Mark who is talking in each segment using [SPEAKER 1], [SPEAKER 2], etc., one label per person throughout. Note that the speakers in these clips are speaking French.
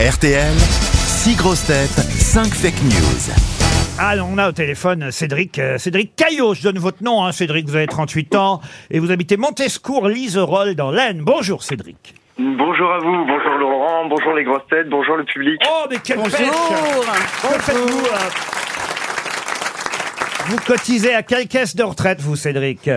[SPEAKER 1] RTL, 6 grosses têtes, 5 fake news.
[SPEAKER 2] Ah, on a au téléphone Cédric, euh, Cédric Caillot, je donne votre nom, hein, Cédric, vous avez 38 ans et vous habitez Montescourt, Liserolle, dans l'Aisne. Bonjour Cédric.
[SPEAKER 3] Bonjour à vous, bonjour Laurent, bonjour les grosses têtes, bonjour le public.
[SPEAKER 2] Oh, mais quelle pêche Que faites-vous euh, Vous cotisez à quelle caisse de retraite, vous, Cédric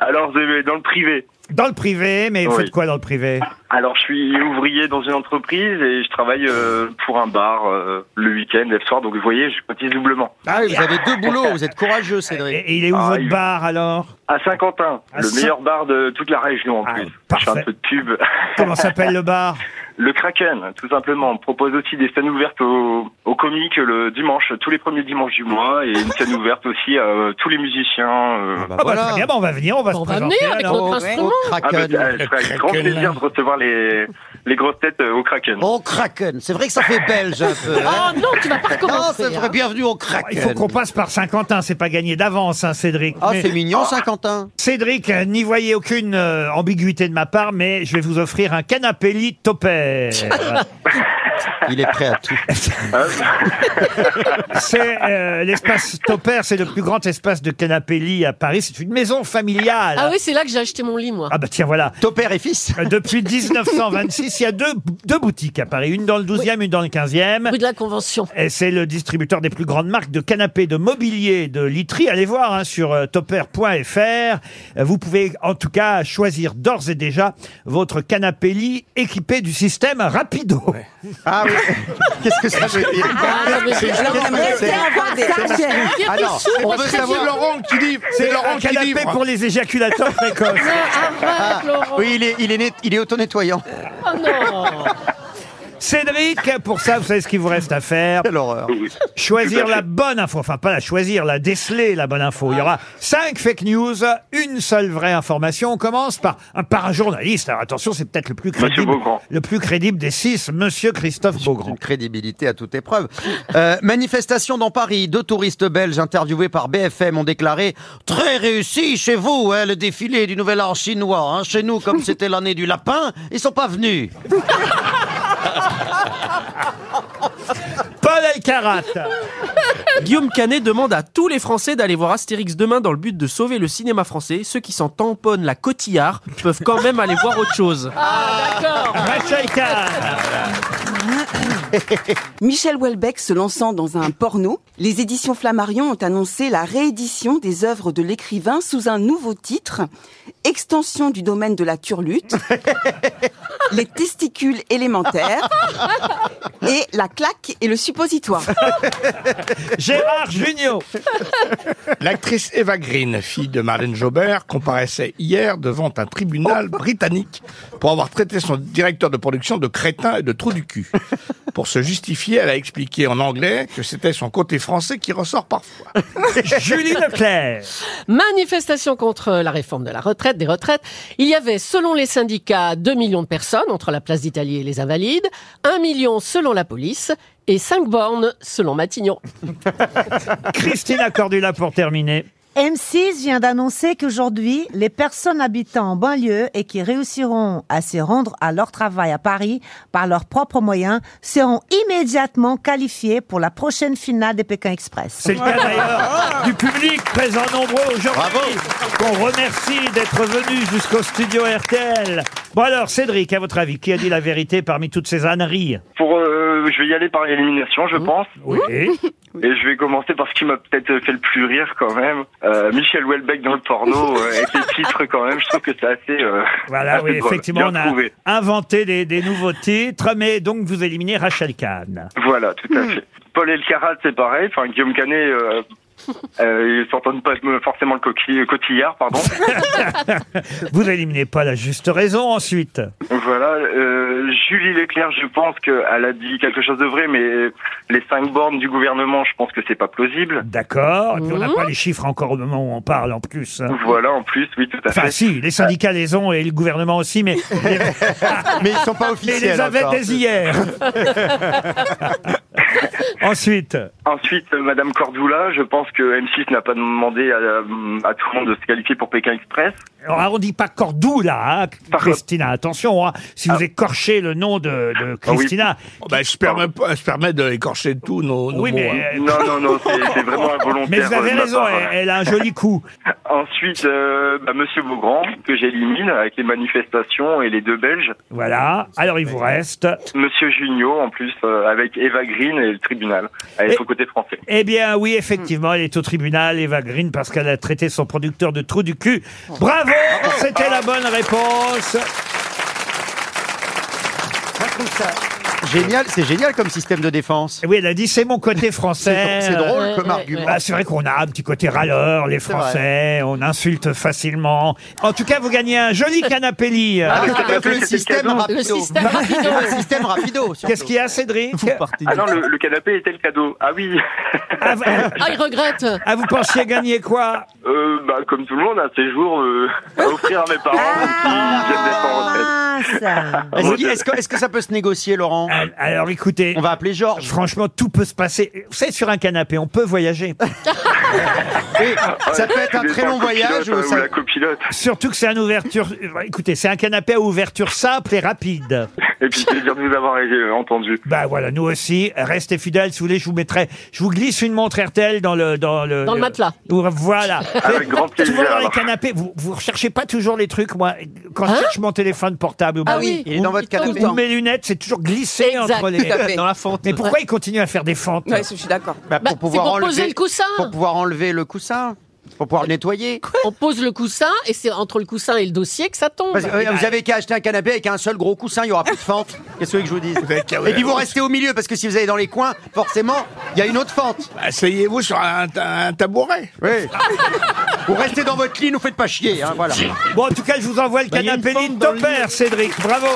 [SPEAKER 3] Alors, je vais dans le privé.
[SPEAKER 2] Dans le privé, mais vous
[SPEAKER 3] Oui.
[SPEAKER 2] faites quoi dans le privé
[SPEAKER 3] Alors, je suis ouvrier dans une entreprise et je travaille euh, pour un bar euh, le week-end et le soir, donc vous voyez, je cotise doublement.
[SPEAKER 4] Ah oui, vous avez deux boulots, vous êtes courageux, Cédric.
[SPEAKER 2] et, et il est où
[SPEAKER 3] Ah,
[SPEAKER 2] votre
[SPEAKER 3] il-
[SPEAKER 2] bar, alors
[SPEAKER 3] À Saint-Quentin,
[SPEAKER 2] À
[SPEAKER 3] le
[SPEAKER 2] Saint-
[SPEAKER 3] meilleur bar de toute la région en
[SPEAKER 2] Ah,
[SPEAKER 3] plus.
[SPEAKER 2] parfait.
[SPEAKER 3] Je fais un peu de pub.
[SPEAKER 2] Comment s'appelle le bar
[SPEAKER 3] le Kraken, tout simplement, On propose aussi des scènes ouvertes aux, aux comiques le dimanche, tous les premiers dimanches du mois, et une scène ouverte aussi à euh, tous les musiciens. euh,
[SPEAKER 2] Ah, bah, très bien, bah, on va venir, on va se
[SPEAKER 5] On va
[SPEAKER 2] présenter.
[SPEAKER 5] venir avec
[SPEAKER 2] alors.
[SPEAKER 5] notre
[SPEAKER 4] Au,
[SPEAKER 5] instrument.
[SPEAKER 4] au
[SPEAKER 3] Ah, mais,
[SPEAKER 4] Kraken.
[SPEAKER 3] euh, je ferai avec grand plaisir de recevoir les, les grosses têtes euh, au Kraken.
[SPEAKER 4] Au Kraken. C'est vrai que ça fait belge un peu.
[SPEAKER 5] Oh
[SPEAKER 2] Ah,
[SPEAKER 4] hein.
[SPEAKER 5] non, tu vas pas
[SPEAKER 4] Non,
[SPEAKER 5] recommencer.
[SPEAKER 4] c'est vrai,
[SPEAKER 5] hein.
[SPEAKER 4] bienvenue au
[SPEAKER 2] Il faut
[SPEAKER 4] Kraken.
[SPEAKER 2] qu'on passe par Saint-Quentin, c'est pas gagné d'avance, hein, Cédric.
[SPEAKER 4] Ah,
[SPEAKER 2] mais-
[SPEAKER 4] c'est mignon, Saint-Quentin.
[SPEAKER 2] Cédric, euh, n'y voyez aucune euh, ambiguïté de ma part, mais je vais vous offrir un canapé lit Topper.
[SPEAKER 4] Il est prêt à tout.
[SPEAKER 2] c'est euh, l'espace Topper, c'est le plus grand espace de canapé lit à Paris. C'est une maison familiale.
[SPEAKER 5] Ah oui, c'est là que j'ai acheté mon lit, moi.
[SPEAKER 2] Ah bah tiens voilà.
[SPEAKER 4] Ton père et fils
[SPEAKER 2] Euh, Depuis 1926, il y a deux, deux boutiques à Paris, une dans le 12e, une dans le 15e.
[SPEAKER 5] Rue de la Convention.
[SPEAKER 2] Et c'est le distributeur des plus grandes marques de canapés, de mobilier, de literie. Allez voir hein, sur euh, topper.fr. Euh, Vous pouvez en tout cas choisir d'ores et déjà votre canapé lit équipé du système Rapido.
[SPEAKER 4] Ah oui. Qu'est-ce que ça veut dire
[SPEAKER 5] Ah, non, mais c'est
[SPEAKER 4] Ah non,
[SPEAKER 5] on veut
[SPEAKER 6] C'est Laurent qui livre. C'est
[SPEAKER 2] un
[SPEAKER 6] Laurent qui
[SPEAKER 2] canapé
[SPEAKER 6] livre.
[SPEAKER 2] pour les éjaculateurs précoces.
[SPEAKER 5] Arrête, Laurent.
[SPEAKER 4] Oui, il est, il est, net- il est auto-nettoyant.
[SPEAKER 5] Oh non.
[SPEAKER 2] Cédric, pour ça, vous savez ce qu'il vous reste à faire.
[SPEAKER 4] Quelle horreur.
[SPEAKER 2] Choisir
[SPEAKER 3] Tout
[SPEAKER 2] la
[SPEAKER 3] à fait.
[SPEAKER 2] bonne info. Enfin, pas la choisir, la déceler, la bonne info. Il y aura cinq fake news, une seule vraie information. On commence par, un- par un journaliste. Alors attention, c'est peut-être le plus
[SPEAKER 3] Monsieur
[SPEAKER 2] crédible.
[SPEAKER 3] Beaugrand.
[SPEAKER 2] Le plus crédible des six, Monsieur Christophe Beaugrand.
[SPEAKER 4] Une crédibilité à toute épreuve. Euh, manifestation dans Paris. Deux touristes belges interviewés par BFM ont déclaré Très réussi chez vous, hein, le défilé du Nouvel An chinois. hein. Chez nous, comme c'était l'année du lapin, ils sont pas venus.
[SPEAKER 2] Paul Elkarat.
[SPEAKER 7] Guillaume Canet demande à tous les Français d'aller voir Astérix demain dans le but de sauver le cinéma français. Ceux qui s'en tamponnent la cotillard peuvent quand même aller voir autre chose.
[SPEAKER 2] Rachel Kahn.
[SPEAKER 8] Michel Houellebecq se lançant dans un porno, les éditions Flammarion ont annoncé la réédition des œuvres de l'écrivain sous un nouveau titre, extension du domaine de la turlute, les testicules élémentaires et la claque et le suppositoire.
[SPEAKER 2] Gérard Junior.
[SPEAKER 6] L'actrice Eva Green, fille de Marlène Jobert, comparaissait hier devant un tribunal
[SPEAKER 2] Oh.
[SPEAKER 6] britannique pour avoir traité son directeur de production de crétin et de trou du cul. Pour se justifier, elle a expliqué en anglais que c'était son côté français qui ressort parfois.
[SPEAKER 2] Julie Leclerc.
[SPEAKER 5] Manifestation contre la réforme de la retraite, des retraites. Il y avait, selon les syndicats, 2 millions de personnes entre la place d'Italie et les Invalides, 1 million selon la police et 5 bornes selon Matignon.
[SPEAKER 2] Christina Cordula pour terminer.
[SPEAKER 9] M6 vient d'annoncer qu'aujourd'hui, les personnes habitant en banlieue et qui réussiront à se rendre à leur travail à Paris par leurs propres moyens seront immédiatement qualifiées pour la prochaine finale des Pékin Express.
[SPEAKER 2] C'est le cas
[SPEAKER 3] Ah.
[SPEAKER 2] d'ailleurs du public présent nombreux aujourd'hui. Qu'on remercie d'être venu jusqu'au studio RTL. Bon alors, Cédric, à votre avis, qui a dit la vérité parmi toutes ces âneries
[SPEAKER 3] Pour, euh, je vais y aller par élimination, je pense,
[SPEAKER 2] Oui.
[SPEAKER 3] et je vais commencer par ce qui m'a peut-être fait le plus rire quand même. Euh, Michel Houellebecq dans le porno euh, et ses titres quand même, je trouve que c'est assez. euh,
[SPEAKER 2] Voilà,
[SPEAKER 3] assez
[SPEAKER 2] oui,
[SPEAKER 3] drôle.
[SPEAKER 2] effectivement,
[SPEAKER 3] Bien
[SPEAKER 2] on a
[SPEAKER 3] trouvé.
[SPEAKER 2] inventé des, des nouveaux titres, mais donc vous éliminez Rachel Kahn.
[SPEAKER 3] Voilà, tout
[SPEAKER 2] Hmm.
[SPEAKER 3] à fait. Paul Elkarat, c'est pareil. Enfin, Guillaume Canet, euh, euh, ils s'entendent pas euh, forcément le coquille- cotillard, pardon.
[SPEAKER 2] Vous éliminez pas la juste raison ensuite.
[SPEAKER 3] Voilà, euh, Julie Leclerc, je pense qu'elle a dit quelque chose de vrai, mais les cinq bornes du gouvernement, je pense que c'est pas plausible.
[SPEAKER 2] D'accord. Et puis on n'a pas
[SPEAKER 3] Mmh.
[SPEAKER 2] les chiffres encore au moment où on parle en plus.
[SPEAKER 3] Voilà, en plus, oui, tout à fait.
[SPEAKER 2] Ah Enfin, si, les syndicats les ont et le gouvernement aussi, mais les-
[SPEAKER 4] Mais ils sont pas
[SPEAKER 2] les, les
[SPEAKER 4] officiels.
[SPEAKER 2] avaient
[SPEAKER 4] encore.
[SPEAKER 2] dès hier. Ensuite,
[SPEAKER 3] Ensuite, euh, Madame Cordoula, je pense que M6 n'a pas demandé à, euh, à tout le monde de se qualifier pour Pékin Express.
[SPEAKER 2] alors on dit pas Cordoue là, hein,
[SPEAKER 3] Par-
[SPEAKER 2] Christina. Attention, hein, si vous
[SPEAKER 3] Ah.
[SPEAKER 2] écorchez le nom de, de Christina.
[SPEAKER 6] Oh, bah, je, permets, pas- je permets de écorcher tous nos, nos
[SPEAKER 2] oui,
[SPEAKER 6] mots,
[SPEAKER 2] mais,
[SPEAKER 6] hein.
[SPEAKER 2] euh,
[SPEAKER 3] Non, non, non, c'est c'est vraiment involontaire.
[SPEAKER 2] mais vous avez
[SPEAKER 3] euh, de ma
[SPEAKER 2] raison, eh,
[SPEAKER 3] part.
[SPEAKER 2] elle, elle a un joli coup.
[SPEAKER 3] Ensuite, euh, bah, Monsieur Beaugrand, que j'élimine avec les manifestations et les deux Belges.
[SPEAKER 2] Voilà. Alors il vous reste.
[SPEAKER 3] Monsieur Junio, en plus, euh, avec Eva Green et le tribunal, avec
[SPEAKER 2] Et-
[SPEAKER 3] son côté français.
[SPEAKER 2] Eh bien oui, effectivement, elle est au tribunal, Eva Green, parce qu'elle a traité son producteur de trou du cul. Bravo, c'était la bonne réponse.
[SPEAKER 4] Génial, c'est génial comme système de défense.
[SPEAKER 2] Et oui, elle a dit c'est mon côté français.
[SPEAKER 4] C'est drôle comme
[SPEAKER 5] Euh, ouais,
[SPEAKER 4] argument.
[SPEAKER 2] Bah, c'est vrai qu'on a un petit côté râleur, les
[SPEAKER 4] C'est vrai.
[SPEAKER 2] Français, on insulte facilement. En tout cas, vous gagnez un joli canapé
[SPEAKER 4] Ah,
[SPEAKER 2] lit. euh.
[SPEAKER 5] Ah,
[SPEAKER 3] le
[SPEAKER 4] Avec
[SPEAKER 3] canapé,
[SPEAKER 4] le
[SPEAKER 3] c'était
[SPEAKER 4] système
[SPEAKER 3] cadeau.
[SPEAKER 4] rapido.
[SPEAKER 5] Le système rapido.
[SPEAKER 4] Le système rapido. surtout.
[SPEAKER 2] Qu'est-ce qu'il y a, Cédric
[SPEAKER 3] Ah non, le, le canapé était le cadeau. Ah oui,
[SPEAKER 2] ah, vous-
[SPEAKER 5] Ah, il regrette.
[SPEAKER 2] ah, vous pensiez gagner quoi
[SPEAKER 3] euh, bah, comme tout le monde, à ces jours, euh, à offrir à mes parents
[SPEAKER 2] Ah
[SPEAKER 3] qui viennent d'être en retraite.
[SPEAKER 9] mince.
[SPEAKER 4] Est-ce qu'il- est-ce que, est-ce que ça peut se négocier, Laurent
[SPEAKER 5] Ah,
[SPEAKER 2] Al- Euh, Alors écoutez,
[SPEAKER 4] On va appeler Georges.
[SPEAKER 2] franchement, tout peut se passer. Vous savez, sur un canapé, on peut voyager.
[SPEAKER 4] Oui, ça
[SPEAKER 3] Ouais,
[SPEAKER 4] peut être
[SPEAKER 3] tout
[SPEAKER 4] un très
[SPEAKER 3] dépend
[SPEAKER 4] long
[SPEAKER 3] du copilote,
[SPEAKER 4] voyage.
[SPEAKER 3] euh,
[SPEAKER 4] ou
[SPEAKER 3] Ou
[SPEAKER 4] ça-
[SPEAKER 3] la copilote.
[SPEAKER 2] Surtout que c'est une ouverture... euh, Écoutez, c'est un canapé à ouverture simple et rapide.
[SPEAKER 3] Et puis, plaisir de vous avoir euh, entendu.
[SPEAKER 2] Bah voilà, nous aussi, restez fidèles. Si vous voulez, je vous mettrai... Je vous glisse une montre RTL dans le... Dans le,
[SPEAKER 5] Dans le matelas.
[SPEAKER 2] Ou- Voilà.
[SPEAKER 3] Avec grand plaisir,
[SPEAKER 2] Souvent dans les
[SPEAKER 3] alors.
[SPEAKER 2] canapés, vous, vous recherchez pas toujours les trucs, moi. Quand je cherche mon téléphone portable,
[SPEAKER 5] Hein Ah
[SPEAKER 2] ou-
[SPEAKER 5] oui.
[SPEAKER 4] Il est dans
[SPEAKER 5] Ou-
[SPEAKER 4] votre canapé.
[SPEAKER 5] ou-
[SPEAKER 2] ou mes lunettes, c'est toujours glissé
[SPEAKER 5] Exact,
[SPEAKER 2] entre les...
[SPEAKER 8] Tout à fait.
[SPEAKER 7] Dans la fente.
[SPEAKER 2] Mais pourquoi ils continuent à faire des fentes
[SPEAKER 8] Ouais, je suis é d'accord.
[SPEAKER 4] Bah,
[SPEAKER 5] Bah, c'est pour poser le coussin.
[SPEAKER 4] Pour pouvoir enlever le coussin. Pour pouvoir le nettoyer.
[SPEAKER 5] On pose le coussin et c'est entre le coussin et le dossier que ça tombe.
[SPEAKER 4] Parce que, euh, vous avez qu'à acheter un canapé avec un seul gros coussin, il y aura plus de fente. Qu'est-ce que vous voulez que je vous dise
[SPEAKER 6] avez qu'à-
[SPEAKER 4] Et puis vous restez au milieu parce que si vous allez dans les coins, forcément, il y a une autre fente.
[SPEAKER 6] Bah, Asseyez-vous sur un, ta- un tabouret.
[SPEAKER 4] Oui. vous restez dans votre lit, nous faites pas chier, hein, voilà.
[SPEAKER 2] Bon, en tout cas, je vous envoie le
[SPEAKER 7] Bah, il y a une
[SPEAKER 2] canapé
[SPEAKER 7] fente
[SPEAKER 2] ligne
[SPEAKER 7] dans le
[SPEAKER 2] d'Opère, Cédric. Bravo.